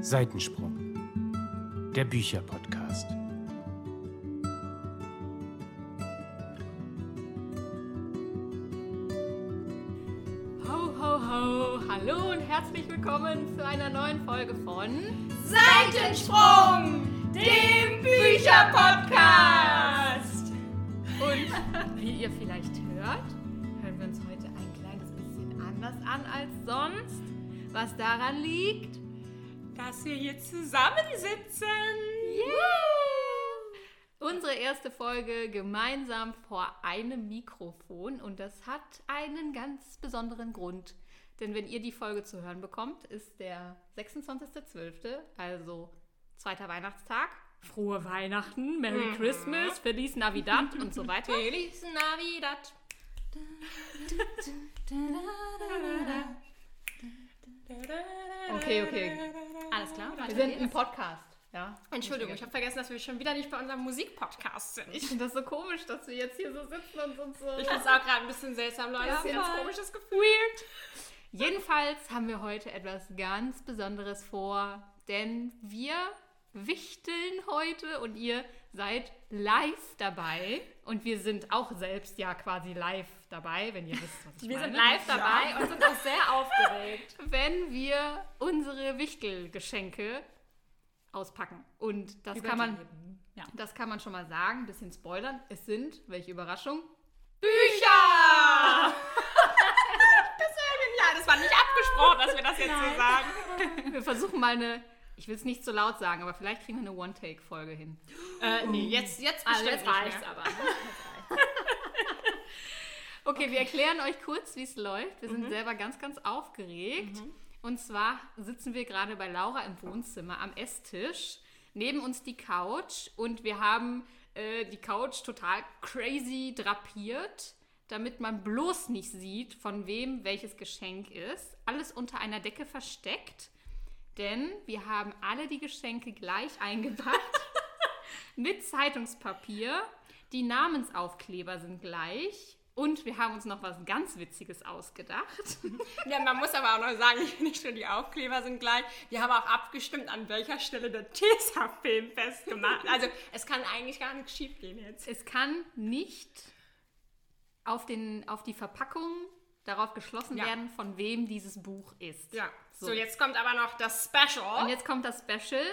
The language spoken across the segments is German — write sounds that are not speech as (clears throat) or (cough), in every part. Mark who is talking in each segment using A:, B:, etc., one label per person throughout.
A: Seitensprung, der Bücherpodcast.
B: Ho, ho, ho! Hallo und herzlich willkommen zu einer neuen Folge von.
C: Seitensprung, dem Bücherpodcast.
B: Und wie ihr vielleicht hört, hören wir uns heute ein kleines bisschen anders an als sonst. Was daran liegt.
C: Dass wir hier zusammensitzen.
B: Unsere erste Folge gemeinsam vor einem Mikrofon und das hat einen ganz besonderen Grund. Denn wenn ihr die Folge zu hören bekommt, ist der 26.12., also zweiter Weihnachtstag. Mhm. Frohe Weihnachten, Merry Christmas, Feliz Navidad und so weiter. Feliz Navidad. (laughs) Okay, okay. Alles klar,
C: Wir
B: weiter
C: sind
B: geht's.
C: ein
B: Podcast. Ja.
C: Entschuldigung, ich habe vergessen, dass wir schon wieder nicht bei unserem Musikpodcast sind.
B: Ich finde das so komisch, dass wir jetzt hier so sitzen und uns so.
C: Ich finde es auch gerade ein bisschen seltsam, Leute. Das ist ein ganz
B: voll.
C: komisches Gefühl. Weird.
B: Jedenfalls haben wir heute etwas ganz Besonderes vor, denn wir wichteln heute und ihr seid live dabei. Und wir sind auch selbst ja quasi live dabei, wenn ihr wisst, was ich
C: Wir
B: meine.
C: sind live dabei und sind auch (laughs) sehr aufgeregt.
B: Wenn wir unsere Wichtelgeschenke auspacken. Und das kann man.
C: Ja.
B: Das kann man schon mal sagen, ein bisschen spoilern. Es sind, welche Überraschung,
C: Bücher! das war genial. Das war nicht abgesprochen, dass wir das jetzt so sagen.
B: Wir versuchen mal eine, ich will es nicht so laut sagen, aber vielleicht kriegen wir eine One-Take-Folge hin.
C: Äh, nee, jetzt, jetzt
B: Ah,
C: bestimmt
B: jetzt
C: nicht
B: reicht's
C: mehr.
B: aber. Okay, wir erklären euch kurz, wie es läuft. Wir sind selber ganz, ganz aufgeregt. Und zwar sitzen wir gerade bei Laura im Wohnzimmer am Esstisch. Neben uns die Couch und wir haben äh, die Couch total crazy drapiert, damit man bloß nicht sieht, von wem welches Geschenk ist. Alles unter einer Decke versteckt, denn wir haben alle die Geschenke gleich (laughs) eingepackt mit Zeitungspapier. Die Namensaufkleber sind gleich. Und wir haben uns noch was ganz Witziges
C: (laughs)
B: ausgedacht.
C: Ja, man muss aber auch noch sagen, (laughs) nicht nur die Aufkleber sind gleich, wir haben auch abgestimmt, an welcher Stelle der Tesa-Film festgemacht. Also es kann eigentlich gar nichts schief gehen jetzt.
B: Es kann nicht auf, den, auf die Verpackung darauf geschlossen
C: Ja.
B: werden, von wem dieses Buch ist.
C: Ja, so,
B: So.
C: jetzt kommt aber noch das Special.
B: Und jetzt kommt das Special.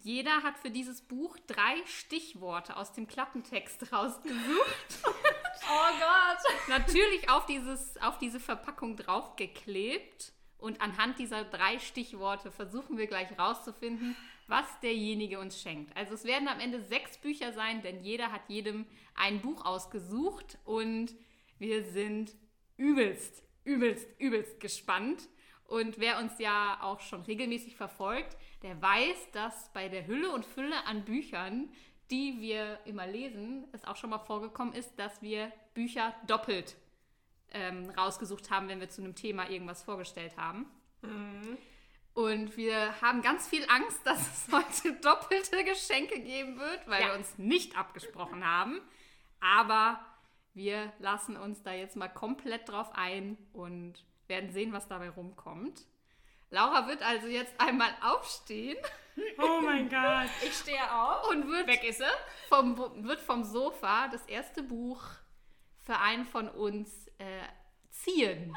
B: Jeder hat für dieses Buch drei Stichworte aus dem Klappentext (laughs) rausgesucht.
C: oh Gott.
B: natürlich auf, dieses, auf diese Verpackung draufgeklebt. Und anhand dieser drei Stichworte versuchen wir gleich rauszufinden, was derjenige uns schenkt. Also es werden am Ende sechs Bücher sein, denn jeder hat jedem ein Buch ausgesucht. Und wir sind übelst, übelst, übelst gespannt. Und wer uns ja auch schon regelmäßig verfolgt, der weiß, dass bei der Hülle und Fülle an Büchern, die wir immer lesen, es auch schon mal vorgekommen ist, dass wir Bücher doppelt ähm, rausgesucht haben, wenn wir zu einem Thema irgendwas vorgestellt haben. Und wir haben ganz viel Angst, dass es (laughs) heute doppelte Geschenke geben wird, weil
C: Ja.
B: wir uns nicht abgesprochen haben. Aber wir lassen uns da jetzt mal komplett drauf ein und werden sehen, was dabei rumkommt. Laura wird also jetzt einmal aufstehen
C: Oh mein Gott. Ich stehe auf.
B: und wird
C: Weg ist er.
B: vom, wird vom Sofa das erste Buch für einen von uns äh, ziehen.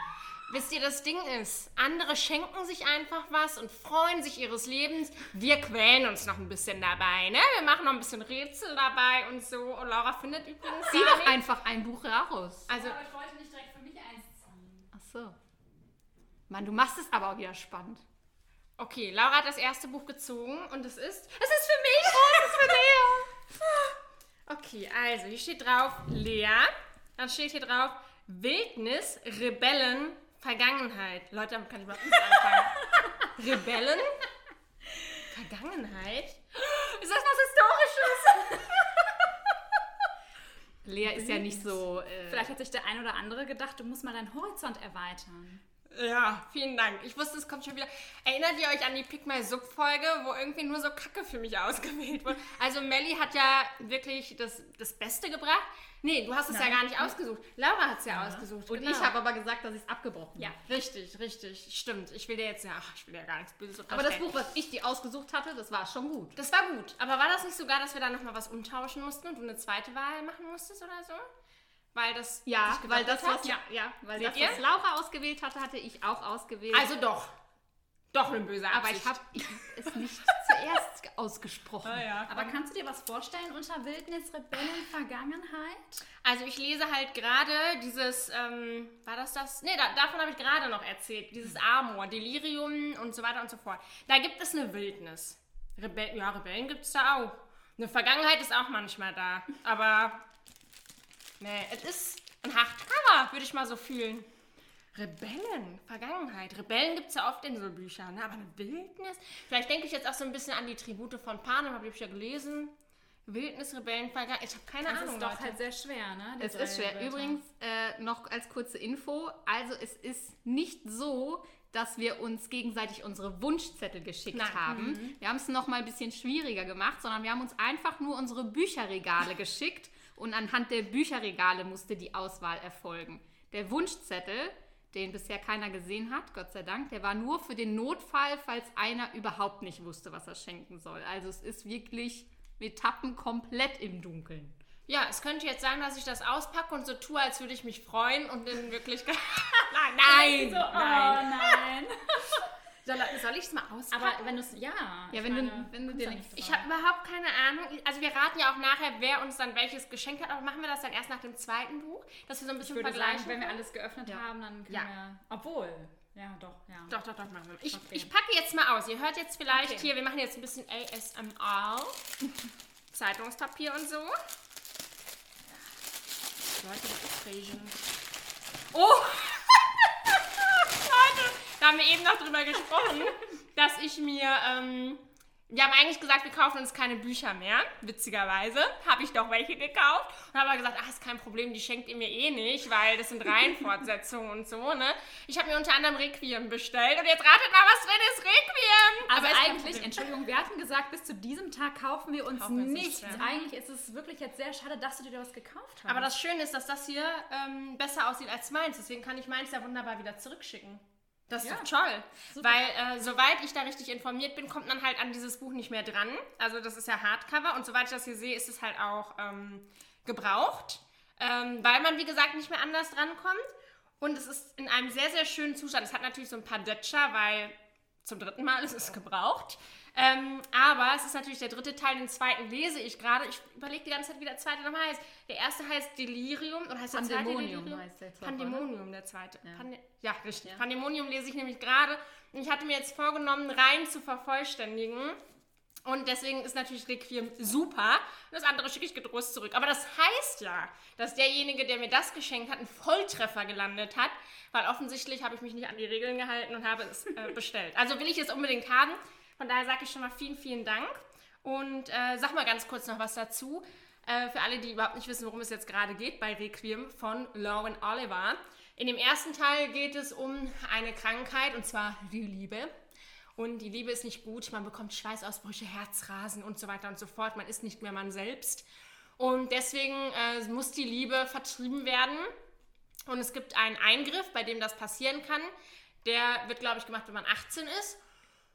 C: Wisst ihr, das Ding ist, andere schenken sich einfach was und freuen sich ihres Lebens. Wir quälen uns noch ein bisschen dabei, ne? Wir machen noch ein bisschen Rätsel dabei und so. Und Laura findet übrigens
B: Zieh
C: gar
B: doch
C: nichts.
B: einfach ein Buch raus.
C: Also,
D: Aber ich wollte nicht direkt für mich eins ziehen.
B: Ach so. Mann, du machst es aber auch wieder spannend.
C: okay, Laura hat das erste Buch gezogen und es ist. Es ist für mich! oh, Es ist für Lea! Okay, also, hier steht drauf Lea. Dann steht hier drauf Wildnis, Rebellen, Vergangenheit. Leute, damit kann ich überhaupt nichts anfangen. Rebellen? Vergangenheit? Ist das was Historisches?
B: Lea ist ja nicht so. Äh,
D: Vielleicht hat sich der ein oder andere gedacht, du musst mal deinen Horizont erweitern.
C: Ja, vielen Dank. Ich wusste, es kommt schon wieder. Erinnert ihr euch an die Pick My Sub Folge, wo irgendwie nur so Kacke für mich ausgewählt wurde? Also Melli hat ja wirklich das, das Beste gebracht. Nee, du hast es
B: Nein.
C: ja gar nicht ausgesucht. Laura hat es ja, ausgesucht.
B: Und
C: genau.
B: ich habe aber gesagt, dass ich es abgebrochen
C: Ja,
B: habe.
C: richtig, richtig. Stimmt. Ich will dir jetzt ja, ach, ich will ja gar nichts Böses
B: Aber das
C: unterstellen.
B: Buch, was ich dir ausgesucht hatte, das war schon gut.
C: Das war gut. Aber war das nicht sogar, dass wir da nochmal was umtauschen mussten und du eine zweite Wahl machen musstest oder so? Weil das.
B: Ja,
C: sich gedoppelt
B: weil das,
C: hat?
B: was, ja, ja, weil
C: Seht
B: das,
C: ihr?
B: was Laura ausgewählt hatte, hatte ich auch ausgewählt.
C: Also doch. Doch eine böse Absicht.
B: aber ich habe es nicht (laughs) zuerst ausgesprochen.
C: Ah ja,
D: Aber kannst du dir was vorstellen unter Wildnis, Rebellen, Vergangenheit?
C: Also ich lese halt gerade dieses, ähm, war das das? Ne, da, davon habe ich gerade noch erzählt. Dieses Amor, Delirium und so weiter und so fort. Da gibt es eine Wildnis. Rebell ja, Rebellen gibt es da auch. Eine Vergangenheit ist auch manchmal da. Aber, ne, es ist ein Hardcover, würde ich mal so fühlen. Rebellen, Vergangenheit. Rebellen gibt es ja oft in so Büchern, ne? aber eine Wildnis. Vielleicht denke ich jetzt auch so ein bisschen an die Tribute von Panem, habe ich ja gelesen. Wildnis, Rebellen, Vergangenheit. Ich habe keine
D: Das
C: Ahnung.
D: ist doch
C: Leute.
D: halt sehr schwer, ne? die
B: Es ist
D: drei
B: schwer.
D: Wörter.
B: Übrigens, äh, noch als kurze Info, also es ist nicht so, dass wir uns gegenseitig unsere Wunschzettel geschickt
C: Nein.
B: haben. Wir haben es noch mal ein bisschen schwieriger gemacht, sondern wir haben uns einfach nur unsere Bücherregale geschickt und anhand der Bücherregale musste die Auswahl erfolgen. Der Wunschzettel, den bisher keiner gesehen hat, Gott sei Dank, der war nur für den Notfall, falls einer überhaupt nicht wusste, was er schenken soll. Also es ist wirklich, wir tappen komplett im Dunkeln.
C: Ja, es könnte jetzt sein, dass ich das auspacke und so tue, als würde ich mich freuen und in Wirklichkeit. (laughs) nein, nein,
D: So, oh
C: nein.
D: nein.
C: Soll, soll ich es mal auspacken?
D: (laughs) Aber wenn du es, ja.
B: Ja,
D: ich
B: wenn du-
D: meine,
B: wenn du
D: kommst
B: dir
D: ja
B: nicht-
D: nicht
C: ich
D: so
C: habe überhaupt keine Ahnung. Also wir raten ja auch nachher, wer uns dann welches Geschenk hat. Aber machen wir das dann erst nach dem zweiten Buch, dass wir so ein
D: Ich
C: bisschen
D: würde
C: vergleichen.
D: sagen, wenn wir alles geöffnet
B: Ja.
D: haben, dann können
C: Ja.
D: wir. Obwohl. Ja, doch, ja.
C: doch, doch, doch, machen wir. Ich,
D: Okay.
C: ich packe jetzt mal aus. Ihr hört jetzt vielleicht
D: Okay.
C: hier, wir machen jetzt ein bisschen ASMR, Zeitungspapier und so. Leute, das ist Regen. Oh! (laughs) Leute, da haben wir eben noch drüber gesprochen, dass ich mir, ähm, wir haben eigentlich gesagt, wir kaufen uns keine Bücher mehr. Witzigerweise habe ich doch welche gekauft und habe aber gesagt, ach, ist kein Problem, die schenkt ihr mir eh nicht, weil das sind (laughs) Reihenfortsetzungen und so, ne? Ich habe mir unter anderem Requiem bestellt und jetzt ratet mal, was drin ist, Requiem!
D: Also
C: ist kein
D: eigentlich,
C: Problem.
D: Entschuldigung, wir hatten gesagt, bis zu diesem Tag kaufen wir uns
C: Kaufen wir uns
D: nichts.
C: nichts, ja.
D: Eigentlich ist es wirklich jetzt sehr schade, dass du dir da was gekauft hast.
C: Aber das Schöne ist, dass das hier ähm, besser aussieht als meins. Deswegen kann ich meins ja wunderbar wieder zurückschicken. Das ist
D: Ja.
C: doch toll.
D: Super.
C: Weil, äh, soweit ich da richtig informiert bin, kommt man halt an dieses Buch nicht mehr dran. Also, das ist ja Hardcover. Und soweit ich das hier sehe, ist es halt auch ähm, gebraucht. Ähm, weil man, wie gesagt, nicht mehr anders drankommt. Und es ist in einem sehr, sehr schönen Zustand. Es hat natürlich so ein paar Dötscher, weil zum dritten Mal ist es gebraucht. Ähm, aber es ist natürlich der dritte Teil, den zweiten lese ich gerade. Ich überlege die ganze Zeit, wie der zweite nochmal heißt. Der erste heißt Delirium und heißt der zweite
B: Pandemonium
C: Delirium?
B: heißt der zweite,
C: Pandemonium, der zweite. Ja, Pande ja richtig.
B: Ja.
C: Pandemonium lese ich nämlich gerade. Und ich hatte mir jetzt vorgenommen, rein zu vervollständigen. Und deswegen ist natürlich Requiem super. Und das andere schicke ich getrost zurück. Aber das heißt ja, dass derjenige, der mir das geschenkt hat, einen Volltreffer gelandet hat. Weil offensichtlich habe ich mich nicht an die Regeln gehalten und habe es äh, bestellt. Also will ich es unbedingt haben. Von daher sage ich schon mal vielen, vielen Dank. Und äh, sag mal ganz kurz noch was dazu. Äh, für alle, die überhaupt nicht wissen, worum es jetzt gerade geht bei Requiem von Lauren Oliver. In dem ersten Teil geht es um eine Krankheit, und zwar die Liebe. Und die Liebe ist nicht gut, man bekommt Schweißausbrüche, Herzrasen und so weiter und so fort. Man ist nicht mehr man selbst. Und deswegen äh, muss die Liebe vertrieben werden. Und es gibt einen Eingriff, bei dem das passieren kann. Der wird, glaube ich, gemacht, wenn man 18 ist.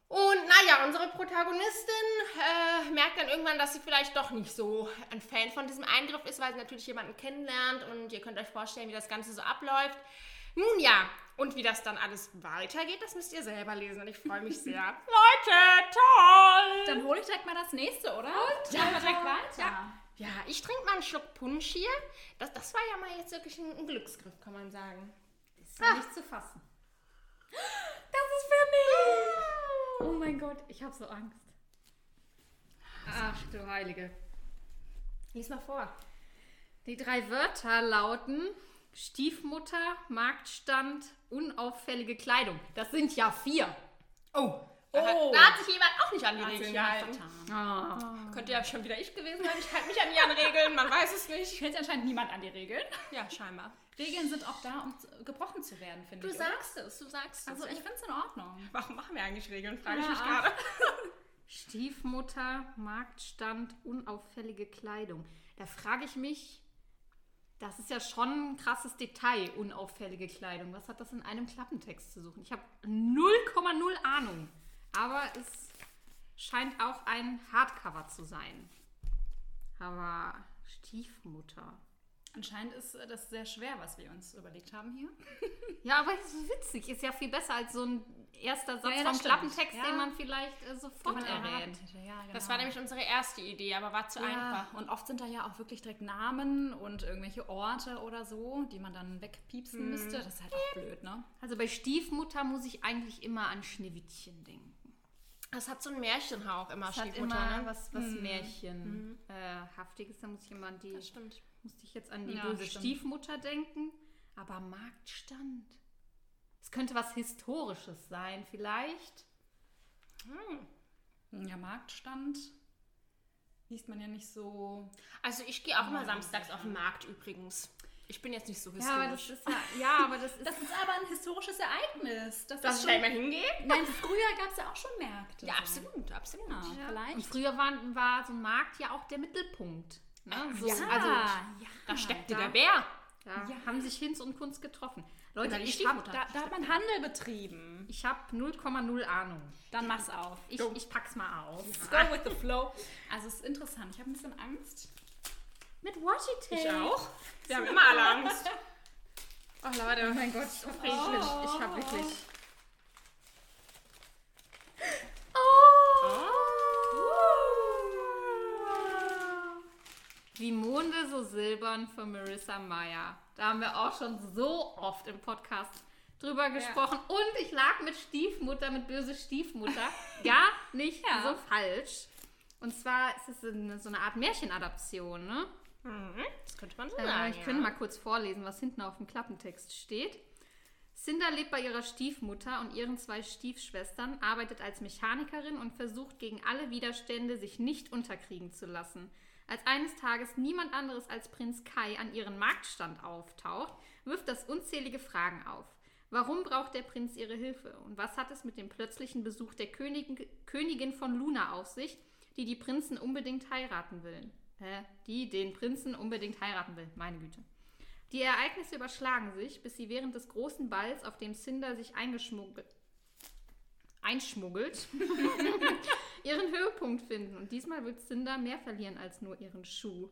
C: Und naja, unsere Protagonistin äh, merkt dann irgendwann, dass sie vielleicht doch nicht so ein Fan von diesem Eingriff ist, weil sie natürlich jemanden kennenlernt und ihr könnt euch vorstellen, wie das Ganze so abläuft. Nun ja, und wie das dann alles weitergeht, das müsst ihr selber lesen und ich freue mich sehr. (laughs) Leute, toll!
D: Dann hole ich direkt mal das nächste, oder? Und? Ja, direkt weiter.
C: Ja, ich trinke mal einen Schluck Punsch hier. Das, das war ja mal jetzt wirklich ein, ein Glücksgriff, kann man sagen.
D: Ist ja nicht zu fassen. Das ist für mich! Oh mein Gott, ich habe so Angst.
B: Ach du Heilige.
C: Lies mal vor.
B: Die drei Wörter lauten Stiefmutter, Marktstand, unauffällige Kleidung. Das sind ja vier.
C: Oh, Da,
D: Oh.
C: hat, da hat sich halt jemand auch nicht an die
B: Hat sich
C: Regeln
B: jemand
D: halt
C: gehalten.
D: Ah.
C: Könnte ja schon wieder ich gewesen sein. Ich halte mich ja nie an Regeln, man weiß es nicht.
D: Hält anscheinend niemand an die Regeln.
C: Ja, scheinbar.
D: Regeln sind auch da, um zu- gebrochen zu werden, finde ich.
C: sagst es, du sagst
D: also ich finde es in Ordnung.
C: Warum machen wir eigentlich Regeln, frage ich
B: Ja.
C: mich gerade.
B: Stiefmutter, Marktstand, unauffällige Kleidung. Da frage ich mich, das ist ja schon ein krasses Detail, unauffällige Kleidung. Was hat das in einem Klappentext zu suchen? Ich habe 0,0 Ahnung. Aber es scheint auch ein Hardcover zu sein. Aber Stiefmutter.
D: Anscheinend ist äh, das sehr schwer, was wir uns überlegt haben hier.
B: Ja, aber es ist witzig. Ist ja viel besser als so ein erster Satz
D: Ja, ja, das
B: vom
D: stimmt.
B: Klappentext,
D: Ja.
B: den man vielleicht äh, sofort
D: Die man erraten
B: errät.
D: hätte, Ja, genau.
C: Das war nämlich unsere erste Idee, aber war zu
D: ja,
C: einfach.
D: und oft sind da ja auch wirklich direkt Namen und irgendwelche Orte oder so, die man dann wegpiepsen müsste. Das ist halt auch blöd, ne?
B: Also bei Stiefmutter muss ich eigentlich immer an Schneewittchen denken.
C: Das hat so einen Märchenhauch immer,
B: Das hat
C: Stiefmutter,
B: immer
C: ne?
B: was, was Märchenhaftiges. da muss ich immer an die,
C: Das stimmt.
B: musste ich jetzt an die
D: Ja,
B: böse
D: stimmt.
B: Stiefmutter denken. Aber Marktstand. Es könnte was Historisches sein, vielleicht.
D: Ja, Marktstand liest man ja nicht so.
C: Also ich gehe auch immer samstags auf den Markt übrigens. Ich bin jetzt nicht so
B: Ja, aber das
C: historisch.
B: ist ja. Ja, aber
D: (laughs)
B: das ist.
D: Das ist aber ein historisches Ereignis. Das
C: dass
D: ist
C: ich
D: schon,
C: da immer hingehe?
D: Nein, früher gab es ja auch schon Märkte.
C: Ja,
D: so.
C: absolut, absolut.
D: Ja,
B: ja.
D: vielleicht.
B: Und früher war, war so ein Markt ja auch der Mittelpunkt. Ne? So,
D: ja,
B: also,
D: ja.
C: Da steckte
B: da-
C: der Bär.
B: da
D: Ja.
B: haben sich Hinz und Kunz getroffen. Leute,
C: Oder die
B: ich habe
C: Stiefmutter.
B: da,
D: Da, da hat man Handel betrieben.
B: ich hab 0,0 Ahnung.
D: Dann mach's auf.
B: Ich,
D: go
B: ich pack's mal aus.
D: with the flow. Also es ist interessant. Ich habe ein bisschen Angst.
B: Mit Washington.
C: (laughs) Ich auch.
D: (laughs)
C: Wir haben immer alle Angst. Oh Leute,
B: mein Gott, ich hab wirklich, ich hab wirklich. Wie Monde so silbern von Marissa Meyer. Da haben wir auch schon so oft im Podcast drüber gesprochen. Und ich lag mit Stiefmutter, mit böse Stiefmutter, gar nicht
D: Ja.
B: so falsch. Und zwar ist es eine, so eine Art Märchenadaption, ne?
C: das könnte man so
B: Äh,
C: sagen.
B: ich könnte mal kurz vorlesen, was hinten auf dem Klappentext steht. Cinda lebt bei ihrer Stiefmutter und ihren zwei Stiefschwestern, arbeitet als Mechanikerin und versucht gegen alle Widerstände, sich nicht unterkriegen zu lassen. Als eines Tages niemand anderes als Prinz Kai an ihren Marktstand auftaucht, wirft das unzählige Fragen auf. Warum braucht der Prinz ihre Hilfe? Und was hat es mit dem plötzlichen Besuch der Königin, Königin von Luna auf sich, die die Prinzen unbedingt heiraten will? Hä? Die den Prinzen unbedingt heiraten will, meine Güte. Die Ereignisse überschlagen sich, bis sie während des großen Balls, auf dem Cinder sich eingeschmuggelt, einschmuggelt, (laughs) ihren Höhepunkt finden. Und diesmal wird Cinder mehr verlieren als nur ihren Schuh.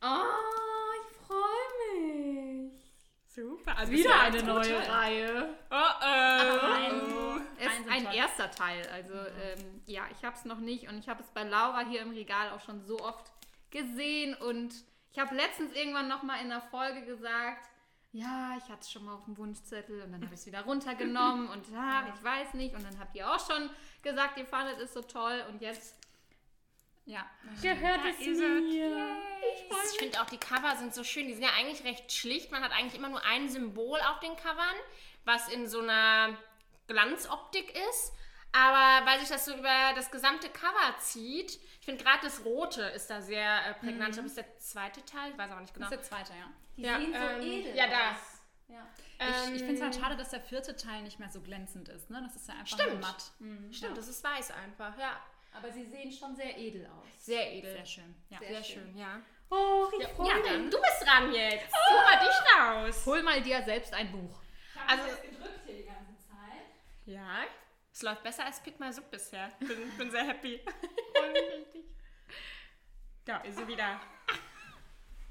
B: Oh, ich freue mich.
C: Super. Also
B: Wieder eine neue Reihe.
C: Oh, oh.
B: Es
D: Ein
B: ist ein
D: Sonntag.
B: erster Teil. Also ähm, ja, ich habe es noch nicht und ich habe es bei Laura hier im Regal auch schon so oft gesehen und ich habe letztens irgendwann noch mal in einer Folge gesagt, ja, ich hatte es schon mal auf dem Wunschzettel und dann habe ich es wieder runtergenommen und ja, ich weiß nicht und dann habt ihr auch schon gesagt, ihr fandet es so toll und jetzt
D: Ja.
B: gehört
C: es mir. Ich finde auch die Cover sind so schön. Die sind ja eigentlich recht schlicht. Man hat eigentlich immer nur ein Symbol auf den Covern, was in so einer Glanzoptik ist. Aber weil sich das so über das gesamte Cover zieht, ich finde gerade das Rote ist da sehr äh, prägnant. Ich glaube, das ist der zweite Teil, ich weiß aber nicht genau.
D: Mhm. Das ist der zweite, ja.
C: Die ja,
D: sehen so
C: ähm,
D: edel
C: Ja, da.
D: aus. Ja. Ich, ich finde es halt schade, dass der vierte Teil nicht mehr so glänzend ist. Ne? Das ist ja einfach nur
C: Stimmt.
D: matt. Mhm.
C: Stimmt, das ist weiß einfach, ja.
B: Aber sie sehen schon sehr edel aus.
C: Sehr edel.
D: Sehr schön. Ja.
C: Sehr schön, ja.
B: Oh, ich
C: Ja, dann, Oh. du bist dran jetzt. Such mal dich raus.
B: Hol mal dir selbst ein Buch.
C: Also,
D: gedrückt hier die ganze Zeit.
C: ja. Es läuft besser als Pick My Sub bisher. Bin, bin sehr (laughs) happy. da ist sie wieder.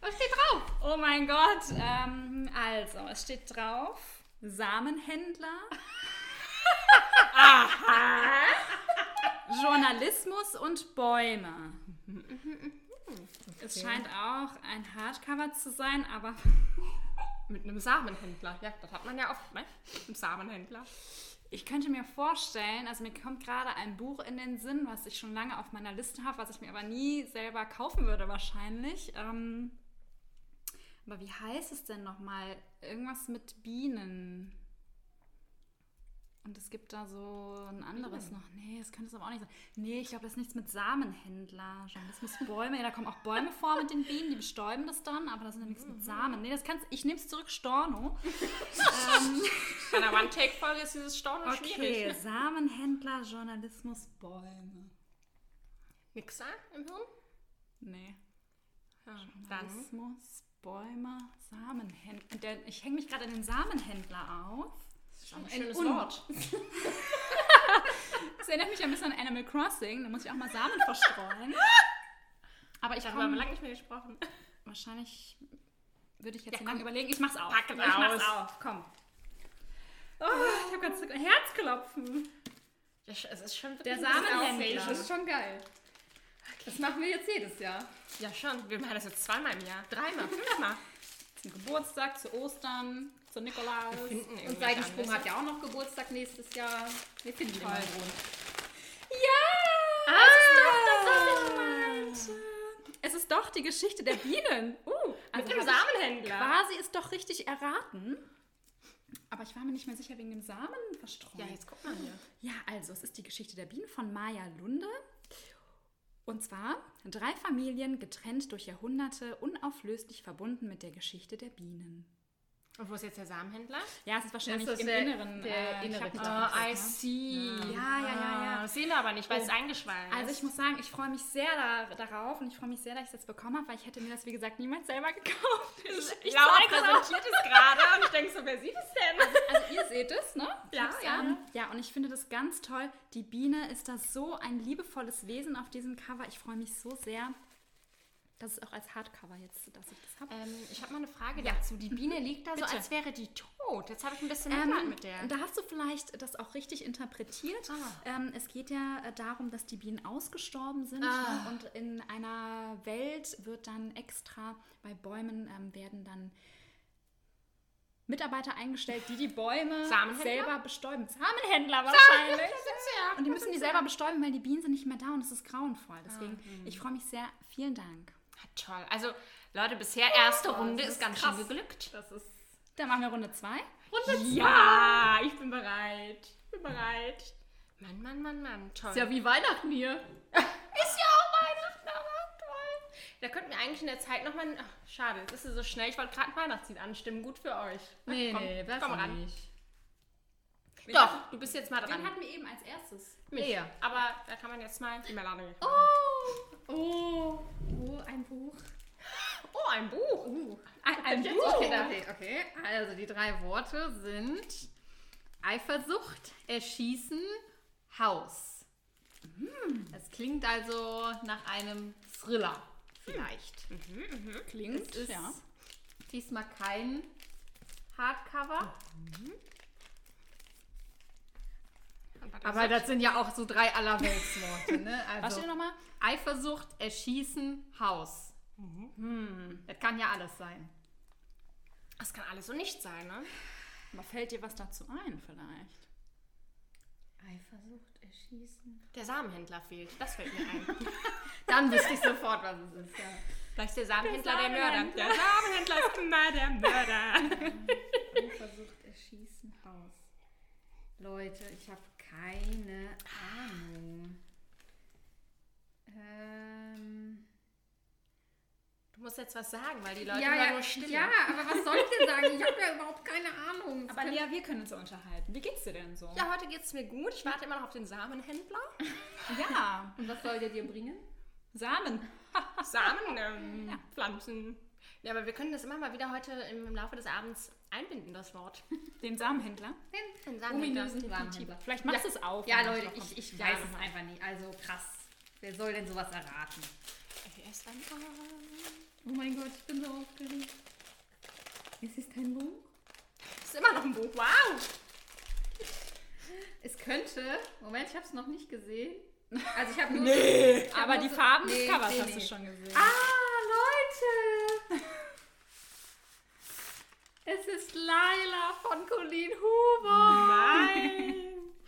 B: Was steht drauf?
D: Oh mein Gott. Ähm, also, es steht drauf.
B: (laughs)
D: Samenhändler. Journalismus und Bäume.
B: Mhm,
D: Es scheint auch ein Hardcover zu sein, aber
C: Mit einem Samenhändler. Ja, das hat man ja oft, ne? Mit einem Samenhändler.
D: ich könnte mir vorstellen, also mir kommt gerade ein Buch in den Sinn, was ich schon lange auf meiner Liste habe, was ich mir aber nie selber kaufen würde wahrscheinlich. Ähm, aber wie heißt es denn nochmal? Irgendwas mit Bienen. Und es gibt da so ein anderes noch. Nee, das könnte es aber auch nicht sein. Nee, ich glaube, das ist nichts mit Samenhändler. Journalismusbäume. Ja, da kommen auch Bäume vor mit den Bienen, die bestäuben das dann, aber das ist ja nichts mit Samen. Nee, das kannst Ich nehme es zurück, Storno. Ähm,
C: Bei einer One-Take-Folge ist dieses Staunen
D: Okay,
C: schwierig.
D: Samenhändler, Journalismusbäume.
C: Mixer ne? im Hirn?
D: Nee.
C: Dann.
D: Journalismus, Bäume, Samenhändler. Ich hänge mich gerade an den Samenhändler auf.
C: Ein
D: Ein
C: schönes
D: Un-
C: Wort.
D: (laughs) Das erinnert mich ein bisschen an Animal Crossing. Da muss ich auch mal (laughs) Samen verstreuen. Aber ich
C: Darüber haben wir
D: komme
C: lange nicht mehr gesprochen.
D: wahrscheinlich würde ich jetzt
C: Ja,
D: so lange
C: komm.
D: überlegen. Ich mach's auf.
C: (laughs) Pack es
D: ich mach's
C: aus.
D: auf. Komm. Oh, ich habe ganz Herzklopfen.
C: Es ist schon
D: Der
C: wirklich ein bisschen
D: Samenhändler.
C: aufregend.
D: schon geil. Das machen wir jetzt jedes Jahr.
C: Ja, schon. Wir machen das jetzt zweimal im Jahr. Dreimal, fünfmal.
D: Zum Geburtstag, zu Ostern, zu Nikolaus.
C: Finden irgendwie
B: Und Seitensprung
C: anders.
B: hat ja auch noch Geburtstag nächstes Jahr. Wir finden
D: Toll.
B: immer einen Grund.
D: Ja!
B: Ah!
D: Das ist doch das, was ich meinte. Es ist doch die Geschichte der Bienen. Uh, also
C: Mit dem
D: hab ich-
C: Samenhändler.
D: Quasi ist doch richtig erraten. Aber ich war mir nicht mehr sicher wegen dem Samen verstreut.
C: Ja, jetzt guck mal hier.
D: Ja, also es ist die Geschichte der Bienen von Maja Lunde. Und zwar drei Familien getrennt durch Jahrhunderte, unauflöslich verbunden mit der Geschichte der Bienen.
C: Und wo ist jetzt der Samenhändler?
D: Ja, es ist wahrscheinlich
B: Das ist
D: im
B: der-
D: Inneren.
B: der
D: äh, ich
B: innere
D: hab nicht
B: Gedanke.
D: aufgepasst, ne?
C: see.
D: Ja, ja, ja, ja.
C: Das sehen wir aber nicht, weil es eingeschweißt
D: Also ich muss sagen, ich freue mich sehr da, darauf und ich freue mich sehr, dass ich das bekommen habe, weil ich hätte mir das, wie gesagt, niemals selber (laughs) gekauft. Ich, ich
C: Laura
D: zeig das auch.
C: präsentiert (laughs) es gerade und ich denke so, wer sieht es denn?
D: Also ihr seht es, ne?
C: Ja,
D: Hab's
C: ja.
D: an. Ja, und ich finde das ganz toll. Die Biene ist da so ein liebevolles Wesen auf diesem Cover. Ich freue mich so sehr, dass es auch als Hardcover jetzt, dass ich das habe.
C: Ähm, ich habe mal eine Frage dazu. Die Biene liegt da so,
D: Bitte.
C: als wäre die tot. Jetzt habe ich ein bisschen Mitleid
D: Ähm,
C: mit der.
D: da hast du vielleicht das auch richtig interpretiert.
C: Ah.
D: Ähm, es geht ja äh, darum, dass die Bienen ausgestorben sind ne? und in einer Welt wird dann extra bei Bäumen ähm, werden dann Mitarbeiter eingestellt, die die Bäume
C: Samenhändler?
D: selber bestäuben. Samenhändler wahrscheinlich.
C: ja.
D: Und die müssen die selber bestäuben, weil die Bienen sind nicht mehr da und es ist grauenvoll. Deswegen, ich freue mich sehr. Vielen Dank.
C: Toll. Also, Leute, bisher erste Runde
B: das
C: ist
B: ist
C: ganz
B: krass.
C: schön geglückt.
B: Das ist
D: Dann machen wir Runde zwei.
C: Runde Ja, ich bin bereit. Ich bin bereit. Mann, Mann, Mann, Mann. Toll.
B: ja wie Weihnachten hier.
C: Ist ja auch Weihnachten, aber toll. Da könnten wir eigentlich in der Zeit nochmal. Ach, Schade, das ist so schnell. Ich wollte gerade ein Weihnachtslied anstimmen. Gut für euch. Na,
B: Nee,
C: komm,
B: nee, das
C: komm ran.
B: nicht.
C: Doch, du bist jetzt mal
D: Wen
C: dran.
D: hatten wir eben als erstes?
C: Mich.
B: Ja.
C: Aber da kann man jetzt mal die Melanie. Oh,
B: Oh, oh, ein Buch.
C: Oh, ein Buch.
D: Ein, ein
B: Jetzt,
D: Buch.
B: Okay, okay, okay. Also die drei Worte sind Eifersucht, Erschießen, Haus. Das klingt also nach einem Thriller vielleicht.
D: Klingt,
B: ist
D: ja.
B: diesmal kein Hardcover. Mhm. Aber das sind ja auch so drei Allerweltsworte. Ne? (laughs)
D: Was steht
B: Also
D: nochmal?
B: Eifersucht, Erschießen, Haus. Hm, das kann ja alles sein.
C: das kann alles so nicht sein, ne?
D: Aber fällt dir was dazu ein vielleicht?
B: Eifersucht, Erschießen.
C: Der Samenhändler fehlt. Das fällt mir (laughs) ein.
B: Dann wüsste ich sofort, was es ist. Ja.
C: Vielleicht ist der Samenhändler der, Mörder.
D: Samenhändler.
C: Der Samenhändler ist immer der Mörder.
B: versucht erschießen Haus. Leute, ich habe keine Ahnung. Ähm,
C: Du musst jetzt was sagen, weil die
B: ja,
C: Leute immer
B: ja,
C: nur still.
B: ja, aber was soll ich denn sagen? Ich habe ja überhaupt keine Ahnung.
D: Aber Lea, wir können uns ja unterhalten. Wie geht's dir denn so?
C: ja, heute geht's mir gut. Ich warte immer noch auf den Samenhändler.
D: ja.
B: Und was soll der dir bringen?
D: Samen.
C: Samen ähm, pflanzen. Ja, aber wir können das immer mal wieder heute im Laufe des Abends einbinden, das Wort.
D: Den Samenhändler.
C: Den Samenhändler.
B: Samenhändler.
D: Vielleicht machst du es auf.
B: Ja,
D: wenn
B: Leute,
D: noch kommt.
B: ich, ich
C: Ja,
B: weiß
C: mach
B: es
C: mal.
B: einfach nicht. Also krass. Wer soll denn sowas erraten?
C: Er ist ein
B: Oh mein Gott, ich bin so aufgeregt. Es ist kein Buch.
C: ist immer noch ein Buch. Wow!
B: Es könnte. Moment, ich habe es noch nicht gesehen. Also
C: (laughs)
B: ich habe nur. ich hab
D: Aber
B: nur
D: die
B: so-
D: Farben
B: Nee,
D: des Covers
B: nee,
D: hast du
B: nee.
D: schon gesehen.
B: Ah, Leute! Es ist Laila von Colleen Huber.
C: Nein!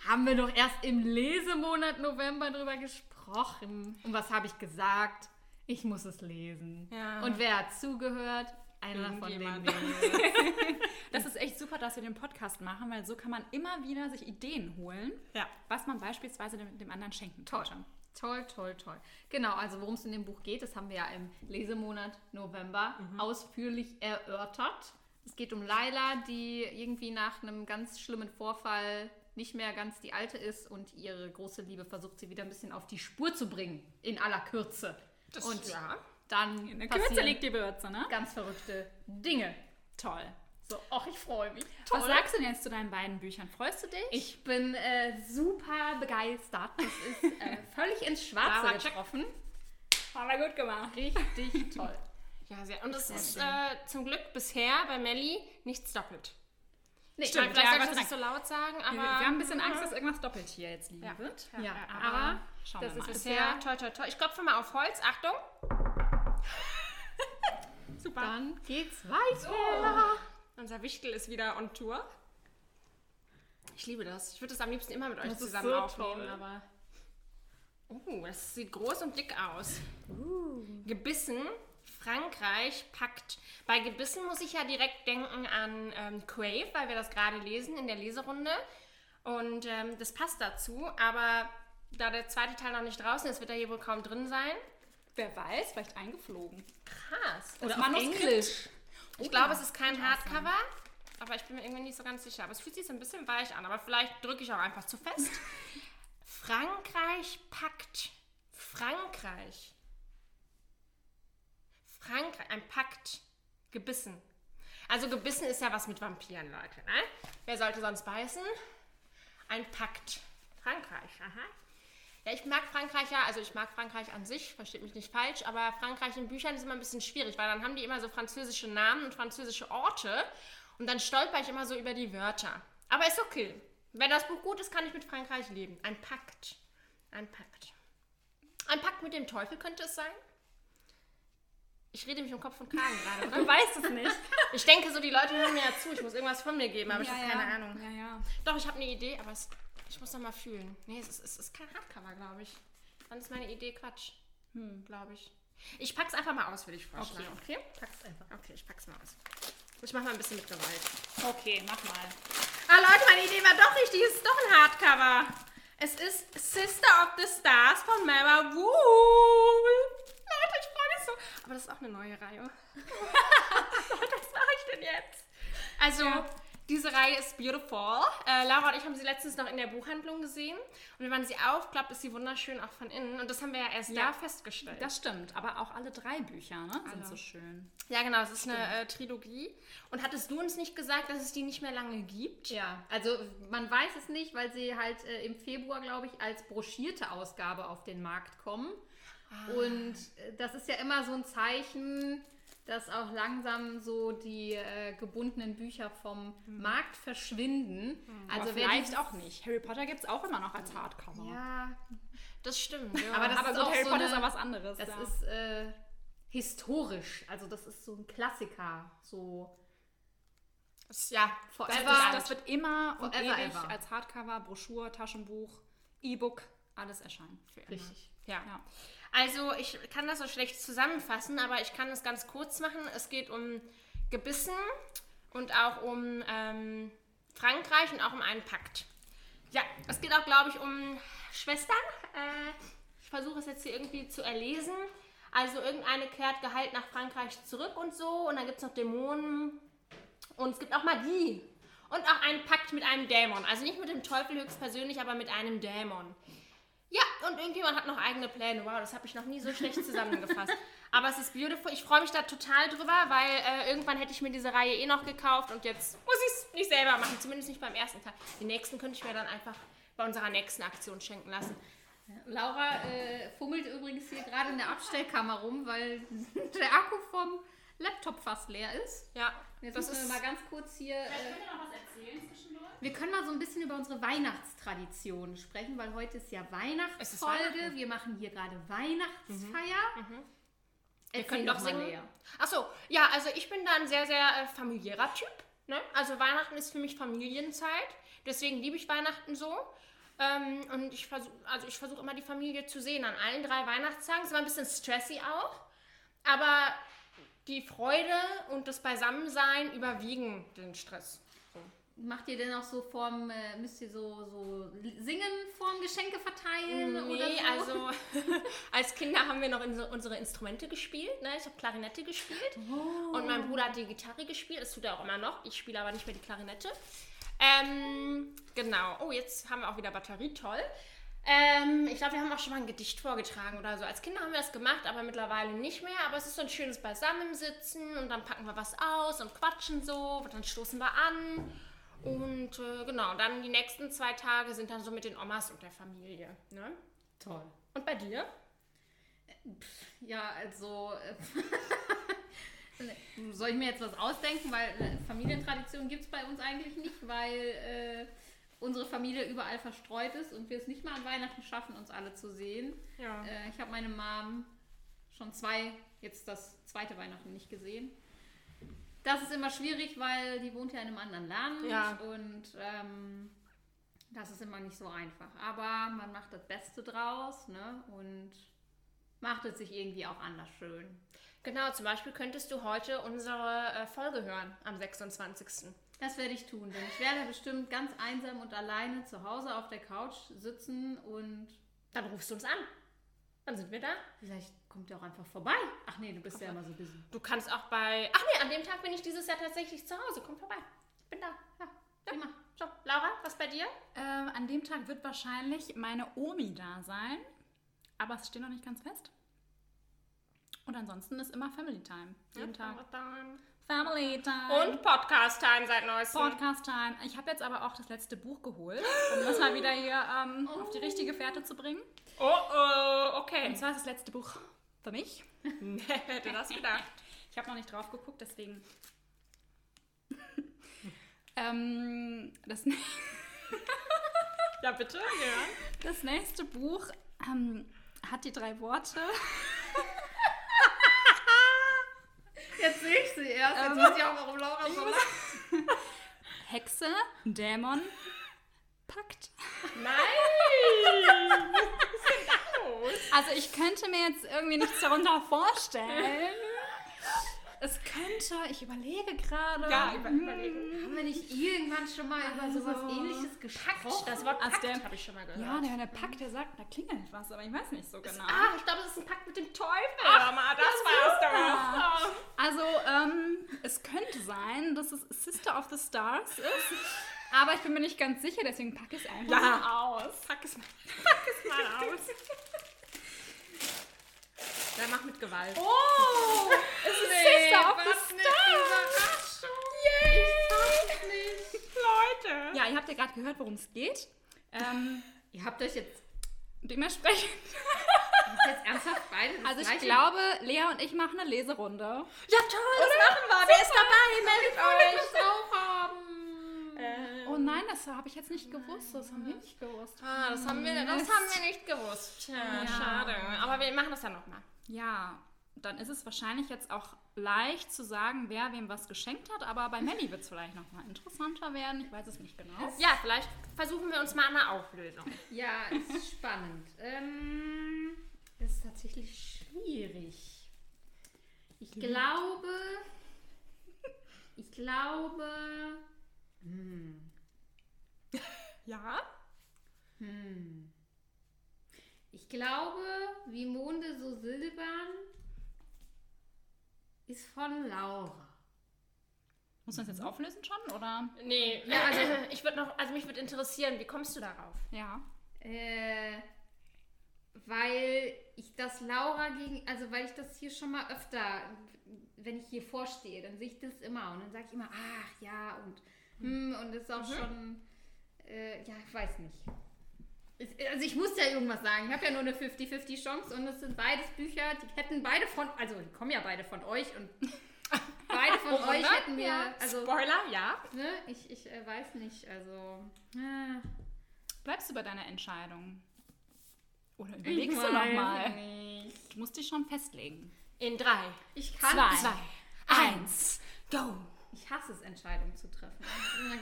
B: Haben wir doch erst im Lesemonat November drüber gesprochen. Und was habe ich gesagt? Ich muss es lesen.
C: Ja.
B: Und wer hat zugehört? Einer von den
C: Irgendjemand.
B: wenigen.
D: Das ist echt super, dass wir den Podcast machen, weil so kann man immer wieder sich Ideen holen,
C: Ja.
D: was man beispielsweise dem, dem anderen schenken
B: Toll.
D: könnte.
B: Toll, toll, toll. Genau, also worum es in dem Buch geht, das haben wir ja im Lesemonat November
D: Mhm.
B: ausführlich erörtert. Es geht um Laila, die irgendwie nach einem ganz schlimmen Vorfall nicht mehr ganz die alte ist und ihre große Liebe versucht, sie wieder ein bisschen auf die Spur zu bringen, in aller Kürze.
C: Das-
B: und
C: ja.
B: dann
D: In der Kürze
B: passieren
D: liegt die Würze, ne?
B: ganz verrückte Dinge.
D: Toll.
B: So, ach, ich freue mich.
D: Was sagst du denn jetzt zu deinen beiden Büchern? Freust du dich?
B: Ich bin äh, super begeistert. Das ist
D: (laughs)
B: äh, völlig ins Schwarze
C: Sarah, check.
B: getroffen.
D: habe gut
B: (laughs)
D: gemacht.
B: Richtig toll.
C: Ja, sehr. Und es ist äh, zum Glück bisher bei Melli nichts doppelt.
B: Nee,
D: Stimmt,
C: vielleicht
D: ja,
C: soll ich
D: Gott
C: das
D: sei
C: nicht so laut sagen, aber.
D: Wir, wir haben ein bisschen Angst, dass irgendwas doppelt hier jetzt liegen wird.
C: Ja,
B: Ja,
C: ja,
B: aber
D: Aber schauen
B: das
D: wir
B: ist
D: mal.
B: es.
C: mhm, bisher. Toll, toll, toll. Ich klopfe mal auf Holz. Achtung. Super.
B: dann geht's weiter.
C: Unser Wichtel ist wieder on Tour. Ich liebe das. Ich würde das am liebsten immer mit euch
B: Das ist
C: zusammen
B: so
C: aufnehmen,
B: toll.
C: aber. Oh, das sieht groß und dick aus. Gebissen, Frankreich packt. Bei Gebissen muss ich ja direkt denken an ähm, Crave, weil wir das gerade lesen in der Leserunde. Und ähm, das passt dazu, aber da der zweite Teil noch nicht draußen ist, wird er hier wohl kaum drin sein.
D: Wer weiß, vielleicht eingeflogen.
C: Krass.
D: Oder
B: auf
D: (laughs)
B: Englisch.
C: Ich glaube, es ist kein Hardcover, aber ich bin mir irgendwie nicht so ganz sicher. Aber es fühlt sich so ein bisschen weich an, aber vielleicht drücke ich auch einfach zu fest. Frankreich packt. Frankreich. Frankreich, ein Pakt. Gebissen. Also gebissen ist ja was mit Vampiren, Leute. Ne? Wer sollte sonst beißen? Ein Pakt. Frankreich, aha. Ja, ich mag Frankreich ja, also ich mag Frankreich an sich, versteht mich nicht falsch, aber Frankreich in Büchern ist immer ein bisschen schwierig, weil dann haben die immer so französische Namen und französische Orte und dann stolper ich immer so über die Wörter. Aber ist okay. Wenn das Buch gut ist, kann ich mit Frankreich leben. Ein Pakt. Ein Pakt. Ein Pakt mit dem Teufel könnte es sein? Ich rede mich um Kopf und Kragen gerade, oder?
D: Du (laughs) weißt es nicht.
C: Ich denke so, die Leute hören mir ja zu, ich muss irgendwas von mir geben, aber ich
D: Ja,
C: habe
D: ja.
C: keine Ahnung.
D: Ja, ja.
C: Doch, ich habe eine Idee, aber es, ich muss noch mal fühlen. Nee, es ist, es ist kein Hardcover, glaube ich. Dann ist meine Idee Quatsch. Hm. Glaube ich. Ich pack's einfach mal aus, würde ich vorschlagen. Okay, Pack's einfach. Okay, ich pack's mal aus. Ich mach mal ein bisschen mit Gewalt.
D: Okay, mach mal.
C: Ah, Leute, meine Idee war doch richtig. Es ist doch ein Hardcover. Es ist Sister of the Stars von Mara Wu. Leute, ich freue mich so. Aber das ist auch eine neue Reihe. (laughs) Leute, Was mache ich denn jetzt? Also, diese Reihe ist beautiful. Äh, Laura und ich haben sie letztens noch in der Buchhandlung gesehen. Und wenn man sie aufklappt, ist sie wunderschön auch von innen. Und das haben wir ja erst
D: Ja.
C: da festgestellt.
D: Das stimmt, aber auch alle drei Bücher ne, sind so schön.
C: ja, genau. Es ist eine äh, Trilogie. Und hattest du uns nicht gesagt, dass es die nicht mehr lange gibt?
B: Ja, also man weiß es nicht, weil sie halt äh, im Februar, glaube ich, als broschierte Ausgabe auf den Markt kommen.
D: Ah.
B: Und äh, das ist ja immer so ein Zeichen, dass auch langsam so die äh, gebundenen Bücher vom Markt verschwinden. Also
D: Also
B: wer
D: Hm. vielleicht
B: dieses-
D: auch nicht. Harry Potter gibt es auch immer noch als Hardcover.
B: Ja,
C: Das stimmt. Ja.
B: Aber das
D: Aber
B: ist
D: gut,
B: auch
D: Harry
B: so
D: Potter ist
B: eine-
D: ja was anderes.
B: das
D: ja.
B: ist äh, historisch. Also das ist so ein Klassiker. So
C: Das- ja,
D: das,
B: forever.
D: wird, das wird immer und
B: Forever,
D: ewig
B: ever.
D: als Hardcover, Broschur, Taschenbuch, E-Book, alles erscheinen. Für immer.
B: Richtig.
C: Ja.
D: Ja.
C: Also ich kann das so schlecht zusammenfassen, aber ich kann es ganz kurz machen. Es geht um Gebissen und auch um ähm, Frankreich und auch um einen Pakt. Ja, es geht auch, glaube ich, um Schwestern. Äh, ich versuche es jetzt hier irgendwie zu erlesen. Also irgendeine kehrt geheilt nach Frankreich zurück und so. Und dann gibt es noch Dämonen. Und es gibt auch Magie. Und auch einen Pakt mit einem Dämon. Also nicht mit dem Teufel höchstpersönlich, aber mit einem Dämon. Ja, und irgendjemand hat noch eigene Pläne. Wow, das habe ich noch nie so schlecht
B: (laughs)
C: zusammengefasst. Aber es ist beautiful. Ich freue mich da total drüber, weil äh, irgendwann hätte ich mir diese Reihe eh noch gekauft und jetzt muss ich es nicht selber machen. Zumindest nicht beim ersten Teil. Den nächsten könnte ich mir dann einfach bei unserer nächsten Aktion schenken lassen.
B: Laura äh, fummelt übrigens hier gerade in der Abstellkammer rum, weil (laughs) der Akku vom Laptop fast leer ist.
C: Ja,
B: Jetzt
C: das
B: müssen
C: ist
B: wir mal ganz kurz hier. Äh,
D: Könnt ihr noch was erzählen zwischendurch?
B: wir können mal so ein bisschen über unsere Weihnachtstradition sprechen, weil heute ist ja
C: Es ist
B: Weihnachtsfolge.
C: Weihnachten.
B: Wir machen hier gerade Weihnachtsfeier.
C: Wir können
B: doch
C: doch
B: mal,
C: singen.
B: Lea.
C: Achso, ja, also ich bin da ein sehr, sehr äh, familiärer Typ. Ne? Also Weihnachten ist für mich Familienzeit. Deswegen liebe ich Weihnachten so. Ähm, und ich versuche also ich versuch immer die Familie zu sehen an allen drei Weihnachtstagen. Ist immer ein bisschen stressy auch. Aber die Freude und das Beisammensein überwiegen den Stress.
B: Macht ihr denn auch so vorm, äh, müsst ihr so, so singen vorm Geschenke verteilen oder so?
C: also
B: (laughs)
C: als Kinder haben wir noch in so- unsere Instrumente gespielt. Ne? Ich habe Klarinette gespielt
B: Oh.
C: und mein Bruder hat die Gitarre gespielt. Das tut er auch immer noch. Ich spiele aber nicht mehr die Klarinette. Ähm, genau. Oh, jetzt haben wir auch wieder Batterie. Toll. Ähm, ich glaube, wir haben auch schon mal ein Gedicht vorgetragen oder so. Als Kinder haben wir das gemacht, aber mittlerweile nicht mehr. Aber es ist so ein schönes Beisammensitzen und dann packen wir was aus und quatschen so. Und dann stoßen wir an. Und äh, genau, dann die nächsten zwei Tage sind dann so mit den Omas und der Familie. Ne?
B: Toll.
C: Und bei dir?
B: Ja, also. äh, (laughs) Soll ich mir jetzt was ausdenken? Weil äh, Familientradition gibt es bei uns eigentlich nicht, weil äh, unsere Familie überall verstreut ist und wir es nicht mal an Weihnachten schaffen, uns alle zu sehen.
C: Ja.
B: Äh, ich habe meine Mom schon zwei, jetzt das zweite Weihnachten nicht gesehen. Das ist immer schwierig, weil die wohnt ja in einem anderen Land
C: Ja.
B: und ähm, das ist immer nicht so einfach. Aber man macht das Beste draus ne? und macht es sich irgendwie auch anders schön.
C: Genau, zum Beispiel könntest du heute unsere äh, Folge hören am 26.
B: Das werde ich tun, denn ich werde bestimmt ganz einsam und alleine zu Hause auf der Couch sitzen und
C: Dann rufst du uns an. Dann sind wir da.
B: vielleicht kommt ihr auch einfach vorbei. Ach nee, du bist ja immer so busy.
C: Du kannst auch bei. Ach nee, an dem Tag bin ich dieses Jahr tatsächlich zu Hause. Komm vorbei. Ich bin da. Ja, prima. So, Laura, was bei dir?
D: Ähm, an dem Tag wird wahrscheinlich meine Omi da sein, aber es steht noch nicht ganz fest. Und ansonsten ist immer Family Time. Jeden Tag. Family Time.
C: Und Podcast-Time seit neuestem.
D: Podcast Time. Ich habe jetzt aber auch das letzte Buch geholt, um das mal wieder hier ähm, auf die richtige Fährte zu bringen.
C: oh, oh,
D: Und
C: okay.
D: zwar ist das letzte Buch für mich.
C: Wer hätte das gedacht?
D: Ich habe noch nicht drauf geguckt, deswegen. (laughs) ähm, das, (laughs) nä-
C: (laughs) Ja, bitte? Ja.
D: das nächste Buch ähm, hat die drei Worte.
B: Jetzt sehe ich sie erst. Jetzt weiß ich auch, warum Laura so lacht.
D: Hexe,
C: (laughs)
D: Dämon, Pakt.
C: Nein! Was ist denn da los?
D: Also ich könnte mir jetzt irgendwie nichts darunter vorstellen. Es könnte, ich überlege gerade.
C: Ja, über, überlegen.
B: Haben wir nicht irgendwann schon mal über
C: Also
B: sowas ähnliches gesprochen?
C: Das Wort
D: Als
C: Pakt
D: der-
C: habe ich schon mal gehört.
D: Hm. Ja, der, der Pakt, der sagt, da klingelt was, aber ich weiß nicht so genau.
C: Ah, ich glaube, das ist ein Pakt mit dem Teufel. Ach, Mama, das war's doch. Oh.
D: Also, ähm, es könnte sein, dass es Sister of the Stars ist, aber ich bin mir nicht ganz sicher, deswegen packe ich es einfach mal
C: aus. Pack es mal, pack es mal aus. Dann mach mit Gewalt. Oh,
D: Oh!
C: es ist
D: Sister of the
C: Überraschung. Yay! Leute.
D: Ja, ihr habt ja gerade gehört, worum es geht. Ähm,
B: Ihr habt euch jetzt,
D: dementsprechend.
B: habt jetzt ernsthaft beide das
D: Also, ich
B: gleiche-
D: glaube, Lea und ich machen eine Leserunde.
C: ja toll, das machen wir. Wer ist dabei? Meldet euch. Äh,
B: auch haben.
D: Oh nein, das habe ich jetzt nicht gewusst. Das haben wir nicht gewusst.
C: Ah, das haben wir, das haben wir nicht gewusst. Tja,
D: Ja.
C: schade. Aber wir machen das ja nochmal.
D: Ja, dann ist es wahrscheinlich jetzt auch leicht zu sagen, wer wem was geschenkt hat, aber bei Manny wird es vielleicht nochmal interessanter werden. Ich weiß es nicht genau.
C: Ja, vielleicht versuchen wir uns mal an einer Auflösung.
B: Ja, ist spannend. ähm, ist tatsächlich schwierig. Ich
C: Mhm.
B: glaube, ich glaube,
C: Ja?
B: hm, ich glaube, wie Monde so silbern, ist von Laura.
D: Muss man es jetzt auflösen schon, oder?
C: Nee, ja, also ich würde noch, also mich würde interessieren, wie kommst du darauf?
D: Ja.
B: Äh, weil ich das Laura gegen, also weil ich das hier schon mal öfter, wenn ich hier vorstehe, dann sehe ich das immer und dann sage ich immer, ach ja und hm, und das ist
D: Mhm.
B: auch schon, äh, ja, ich weiß nicht. Es- Also ich muss ja irgendwas sagen. Ich habe ja nur eine 50-50 Chance und es sind beides Bücher, die hätten beide von, also die kommen ja beide von euch und beide
D: (laughs)
B: von
C: Worüber?
B: euch hätten wir,
C: Ja.
B: also
C: Spoiler, ja.
B: ne, ich, ich äh, weiß nicht, also ah.
D: Bleibst du bei deiner Entscheidung? Oder überlegst
B: hm, Ich
D: du
B: weiß
D: nochmal?
B: nicht.
D: Du musst dich schon festlegen.
C: In drei,
B: Ich kann
D: Zwei.
B: es.
D: Eins.
C: go.
B: Ich hasse es, Entscheidungen zu treffen.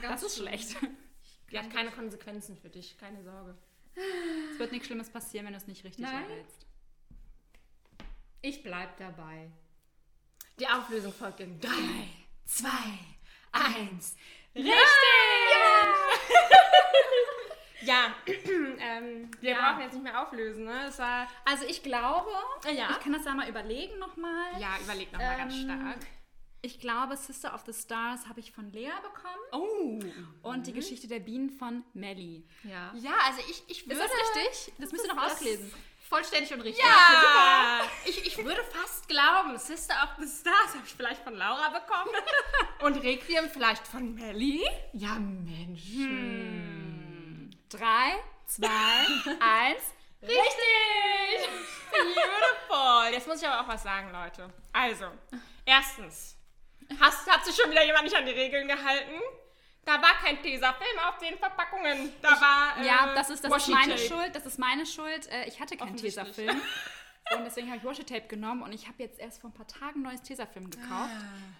D: Das ist schlecht.
C: Die hat keine Konsequenzen für dich, keine Sorge.
D: Es wird nichts Schlimmes passieren, wenn du es nicht richtig
B: Nein.
D: erhältst.
B: Ich bleib dabei.
C: Die Auflösung folgt in drei.
D: Zwei, eins.
C: Richtig! Ja, (clears throat) ähm, wir
D: Ja.
C: brauchen jetzt nicht mehr auflösen, ne? Es war,
D: Also ich glaube,
C: Ja.
D: ich kann das ja mal überlegen nochmal.
C: ja, überleg nochmal mal ganz
D: Ähm,
C: stark.
D: Ich glaube, Sister of the Stars habe ich von Lea bekommen
C: Oh!
D: und die Geschichte der Bienen von Melly.
B: Ja.
C: Ja, also ich, ich würde...
D: das richtig? Das müsst ihr noch
B: das-
D: auslesen.
B: Vollständig und richtig.
C: Ja! (laughs) Ich, ich würde fast glauben, Sister of the Stars habe ich vielleicht von Laura bekommen. (laughs) Und Requiem vielleicht von Melly.
B: Ja, Mensch.
D: Hm. Drei, zwei, (laughs) eins.
C: Richtig! Beautiful! Jetzt muss ich aber auch was sagen, Leute. Also, erstens, hast, hat sich schon wieder jemand nicht an die Regeln gehalten? Da war kein Tesafilm auf den Verpackungen. Da war. Äh,
D: Ja, das ist, das ist meine
C: Washi-Tape.
D: Schuld. Das ist meine Schuld. Äh, Ich hatte keinen
C: Offensichtlich.
D: (laughs) Tesafilm. Und deswegen habe ich Washi-Tape genommen und ich habe jetzt erst vor ein paar Tagen neues Tesafilm gekauft.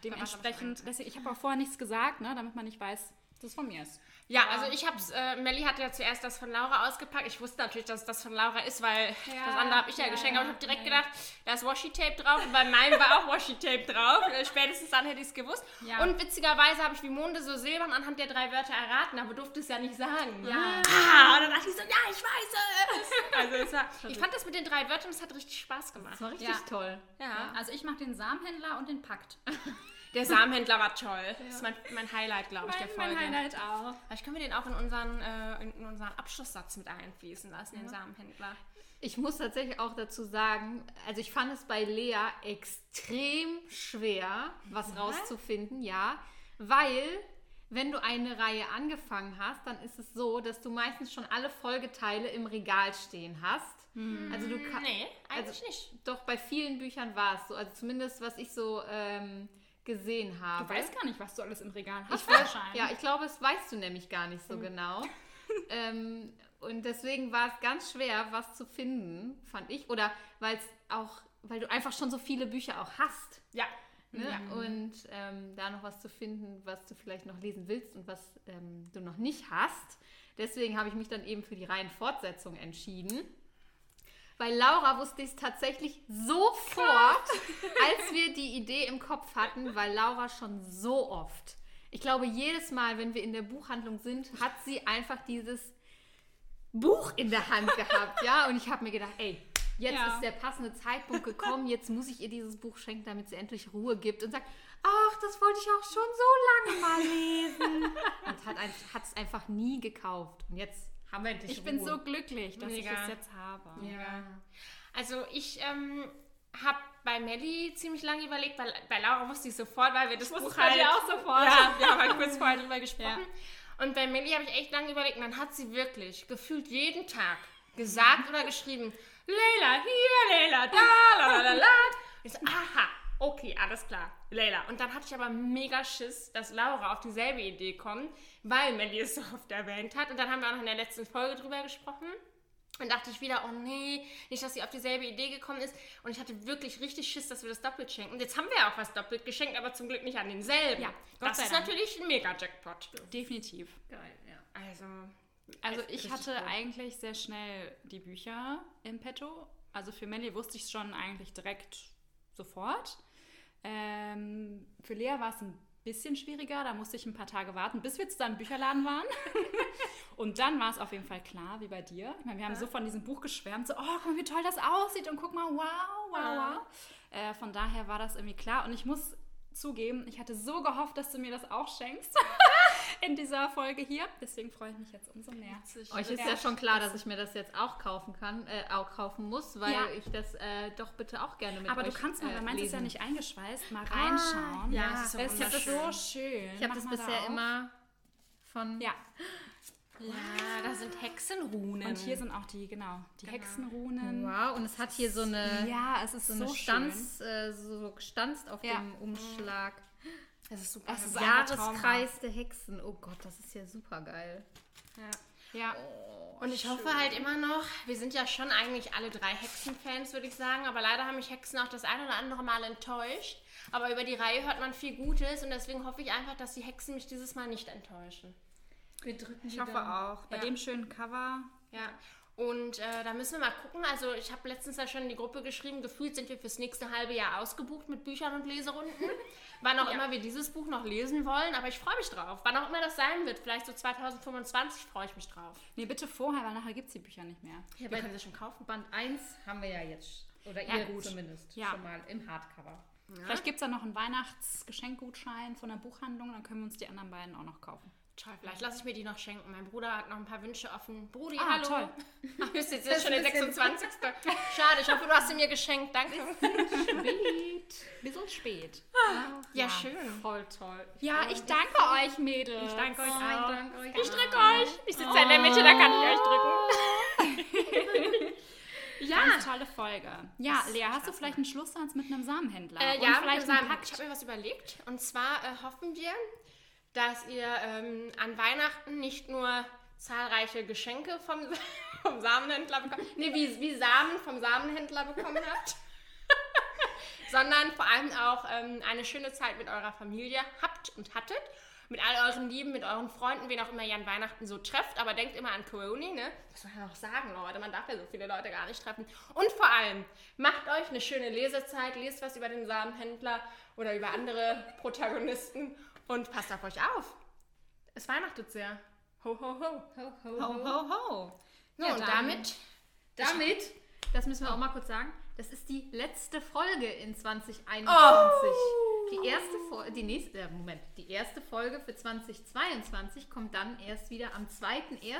D: Dementsprechend, deswegen, ich habe auch vorher nichts gesagt, ne, damit man nicht weiß, dass es von mir ist.
C: Ja, also ich hab's. Äh, Melli hatte ja zuerst das von Laura ausgepackt. Ich wusste natürlich, dass das von Laura ist, weil das andere habe ich ja, geschenkt. Aber ich habe direkt gedacht, da ist Washi-Tape drauf. Und bei meinem war auch Washi-Tape drauf. Äh, Spätestens dann hätte ich es gewusst.
D: Ja.
C: Und witzigerweise habe ich wie Monde so silbern anhand der drei Wörter erraten, aber durfte es ja nicht sagen. ne?
D: Ja.
C: Ah, und dann dachte ich so, ja, ich weiß es. (laughs) Also es war, ich fand das mit den drei Wörtern, es hat richtig Spaß gemacht.
B: Das war richtig
D: Ja.
B: toll.
C: Ja.
D: Also ich mache den Samenhändler und den Pakt.
C: Der Samenhändler war toll. Das ist mein, mein Highlight, glaube ich, der Folge.
D: auch.
C: Vielleicht können wir den auch in unseren, äh, in unseren Abschlusssatz mit einfließen lassen,
B: Mhm.
C: den Samenhändler.
B: Ich muss tatsächlich auch dazu sagen, also ich fand es bei Lea extrem schwer, was rauszufinden, ja, weil wenn du eine Reihe angefangen hast, dann ist es so, dass du meistens schon alle Folgeteile im Regal stehen hast.
D: Mhm.
B: Also du kannst
C: Nee, eigentlich
B: Also-
C: nicht.
B: doch bei vielen Büchern war es so, also zumindest was ich so ähm, gesehen habe.
D: Du weißt gar nicht, was du Hm. alles im Regal hast.
B: Ich weiß, ja, ich glaube, das weißt du nämlich gar nicht so
D: (laughs)
B: genau. ähm, und deswegen war es ganz schwer, was zu finden, fand ich. Oder weil es auch, weil du einfach schon so viele Bücher auch hast.
C: Ja.
B: Ne? Und ähm, da noch was zu finden, was du vielleicht noch lesen willst und was ähm, du noch nicht hast. Deswegen habe ich mich dann eben für die reinen Fortsetzung entschieden. Bei Laura wusste ich es tatsächlich sofort, als wir die Idee im Kopf hatten, weil Laura schon so oft, ich glaube jedes Mal, wenn wir in der Buchhandlung sind, hat sie einfach dieses Buch in der Hand gehabt, ja. Und ich habe mir gedacht, ey, jetzt
C: Ja.
B: ist der passende Zeitpunkt gekommen, jetzt muss ich ihr dieses Buch schenken, damit sie endlich Ruhe gibt und sagt, ach, das wollte ich auch schon so lange mal lesen. und hat es einfach nie gekauft. Und jetzt haben wir endlich
D: Ich bin
B: Ruhe.
D: so glücklich, dass
C: Mega.
D: ich das jetzt habe.
C: Ja. Also ich ähm, habe bei Melli ziemlich lange überlegt, bei, bei Laura wusste ich sofort, weil wir das Buch
D: bei
C: halt...
D: dir auch sofort. (laughs)
C: Ja, wir haben halt kurz vorher drüber gesprochen. Und bei Melli habe ich echt lange überlegt und dann hat sie wirklich gefühlt jeden Tag gesagt oder geschrieben, Leila hier, Leila da, la la la la. Und Ich so, aha, okay, alles klar, Leila. Und dann hatte ich aber mega Schiss, dass Laura auf dieselbe Idee kommt, weil Melli es so oft erwähnt hat. Und dann haben wir auch noch in der letzten Folge drüber gesprochen. Und dachte ich wieder, oh nee, nicht, dass sie auf dieselbe Idee gekommen ist. Und ich hatte wirklich richtig Schiss, dass wir das doppelt schenken. Und jetzt haben wir ja auch was doppelt geschenkt, aber zum Glück nicht an denselben.
D: Ja, Gott
C: das
D: sei
C: ist
D: Dank.
C: natürlich ein Mega-Jackpot.
D: Definitiv.
C: Also,
D: Also
C: Echt
D: ich
C: richtig
D: hatte
C: cool.
D: eigentlich sehr schnell die Bücher im Petto. Also für Melly wusste ich es schon eigentlich direkt sofort. Ähm, für Lea war es ein bisschen schwieriger. Da musste ich ein paar Tage warten, bis wir zusammen im Bücherladen waren. (laughs) und dann war es auf jeden Fall klar, wie bei dir. Ich meine, wir haben so von diesem Buch geschwärmt. So, oh, guck mal, wie toll das aussieht. Und guck mal, wow, wow, wow. Äh, von daher war das irgendwie klar. Und ich muss zugeben, ich hatte so gehofft, dass du mir das auch schenkst. (laughs) In dieser Folge hier. Deswegen freue ich mich jetzt umso mehr.
B: Euch ist
D: Ja.
B: ja schon klar, dass ich mir das jetzt auch kaufen kann, äh, auch kaufen muss, weil
D: Ja.
B: ich das äh, doch bitte auch gerne mit
D: Aber
B: euch
D: du kannst mal,
B: äh,
D: weil meins ist ja
B: lesen.
D: nicht eingeschweißt, mal reinschauen.
C: Ah, ja, es ist so
D: es ist so
C: wunderschön.
D: schön.
B: Ich habe
D: Mach
B: das
D: mal da
B: bisher
D: auf.
B: immer von.
D: Ja,
C: ja, da sind Hexenrunen.
D: und hier sind auch die, genau, die Hexenrunen.
B: Wow, und es hat hier so eine,
D: Ja, es ist
B: so
D: so,
B: eine
D: schön.
B: Stanz, äh, so gestanzt auf
D: Ja.
B: dem Umschlag.
C: Das ist super.
D: Das ist einfach traumhaft.
B: Jahreskreis der Hexen. Oh Gott, das ist ja super geil.
D: Ja. Oh.
C: Und ich hoffe halt immer noch, wir sind ja schon eigentlich alle drei Hexenfans, würde ich sagen, aber leider haben mich Hexen auch das ein oder andere Mal enttäuscht. Aber über die Reihe hört man viel Gutes und deswegen hoffe ich einfach, dass die Hexen mich dieses Mal nicht enttäuschen.
B: Wir drücken
C: Ich hoffe auch.
D: Bei dem schönen Cover.
C: Ja. Und äh, da müssen wir mal gucken. Also ich habe letztens ja schon in die Gruppe geschrieben, gefühlt sind wir fürs nächste halbe Jahr ausgebucht mit Büchern und Leserunden. Wann auch immer wir dieses Buch noch lesen wollen, aber ich freue mich drauf. Wann auch immer das sein wird, vielleicht so 2025 freue ich mich drauf.
D: Nee, bitte vorher, weil nachher gibt es die Bücher nicht mehr.
C: Ja,
B: bei-
C: wir können sie schon kaufen.
E: Band 1 haben wir ja jetzt. Oder
B: Ja,
E: ihr
B: gut.
E: zumindest
D: Ja.
E: schon mal im Hardcover.
D: Vielleicht gibt es ja noch einen Weihnachtsgeschenkgutschein von der Buchhandlung, dann können wir uns die anderen beiden auch noch kaufen.
C: Toll, vielleicht lasse ich mir die noch schenken. Mein Bruder hat noch ein paar Wünsche offen. Brudi,
D: Ah,
C: hallo.
D: toll.
C: (laughs) Ach, ist jetzt
E: Das
C: schon der
E: ist ein bisschen-
C: 26. Schade, ich hoffe, du hast sie mir geschenkt. Danke.
D: Bisschen spät.
C: Ja, schön.
B: Voll toll.
D: Ja, ich danke euch, Mädels.
B: Ich danke euch allen. danke euch
C: Oh, Ich drücke euch. Ich sitze in der Mitte, da kann ich euch drücken.
D: Ja. Ganz tolle Folge. Ja, Lea, hast du vielleicht einen Schlusssatz mit einem Samenhändler?
C: Äh,
D: Und
C: ja,
D: vielleicht
C: mit dem
D: einen
C: Samen.
D: Pakt?
C: ich habe mir was überlegt. Und zwar äh, hoffen wir, dass ihr ähm, an Weihnachten nicht nur zahlreiche Geschenke vom, (laughs) vom Samenhändler bekommt, nee, wie, wie Samen vom Samenhändler bekommen habt, sondern vor allem auch ähm, eine schöne Zeit mit eurer Familie habt und hattet. Mit all euren Lieben, mit euren Freunden, wen auch immer ihr an Weihnachten so trefft. Aber denkt immer an Corona, ne? Was soll man noch sagen, Leute? Man darf ja so viele Leute gar nicht treffen. Und vor allem, macht euch eine schöne Lesezeit, lest was über den Samenhändler oder über andere Protagonisten und passt auf euch auf. Es weihnachtet sehr. Ho, ho, ho.
E: Ho, ho,
D: Ho,
E: ho.
D: ho, ho.
C: So,
B: Ja,
C: und
B: dann-
C: damit
B: Damit, das müssen wir auch mal kurz sagen, das ist die letzte Folge in 2021. Die erste Folge, die nächste, äh, Moment, die erste Folge für 2022 kommt dann erst wieder am 2.1.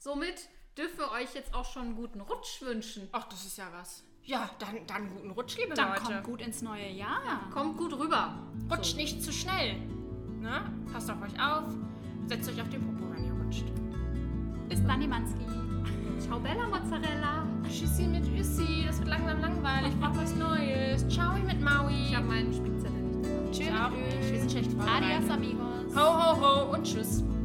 B: Somit dürfen wir euch jetzt auch schon einen guten Rutsch wünschen.
C: Ach, das ist ja was. Ja, dann, dann guten Rutsch, liebe
D: Dann
C: Leute.
D: kommt gut ins neue Jahr.
B: Kommt gut rüber.
C: Rutscht nicht zu schnell. Ne? Passt auf euch auf. Setzt euch auf den Popo, wenn ihr rutscht.
D: Bis dann, Manski.
B: Ciao, Bella Mozzarella.
C: Tschüssi mit Üssi. Das wird langsam langweilig. Ich brauch was Neues. Ciao mit Maui.
B: Ich habe meinen Spickzettel nicht dabei.
C: Tschüss. Wir sind schlecht vorbereitet.
D: Adios, amigos.
C: Ho, ho, ho und tschüss.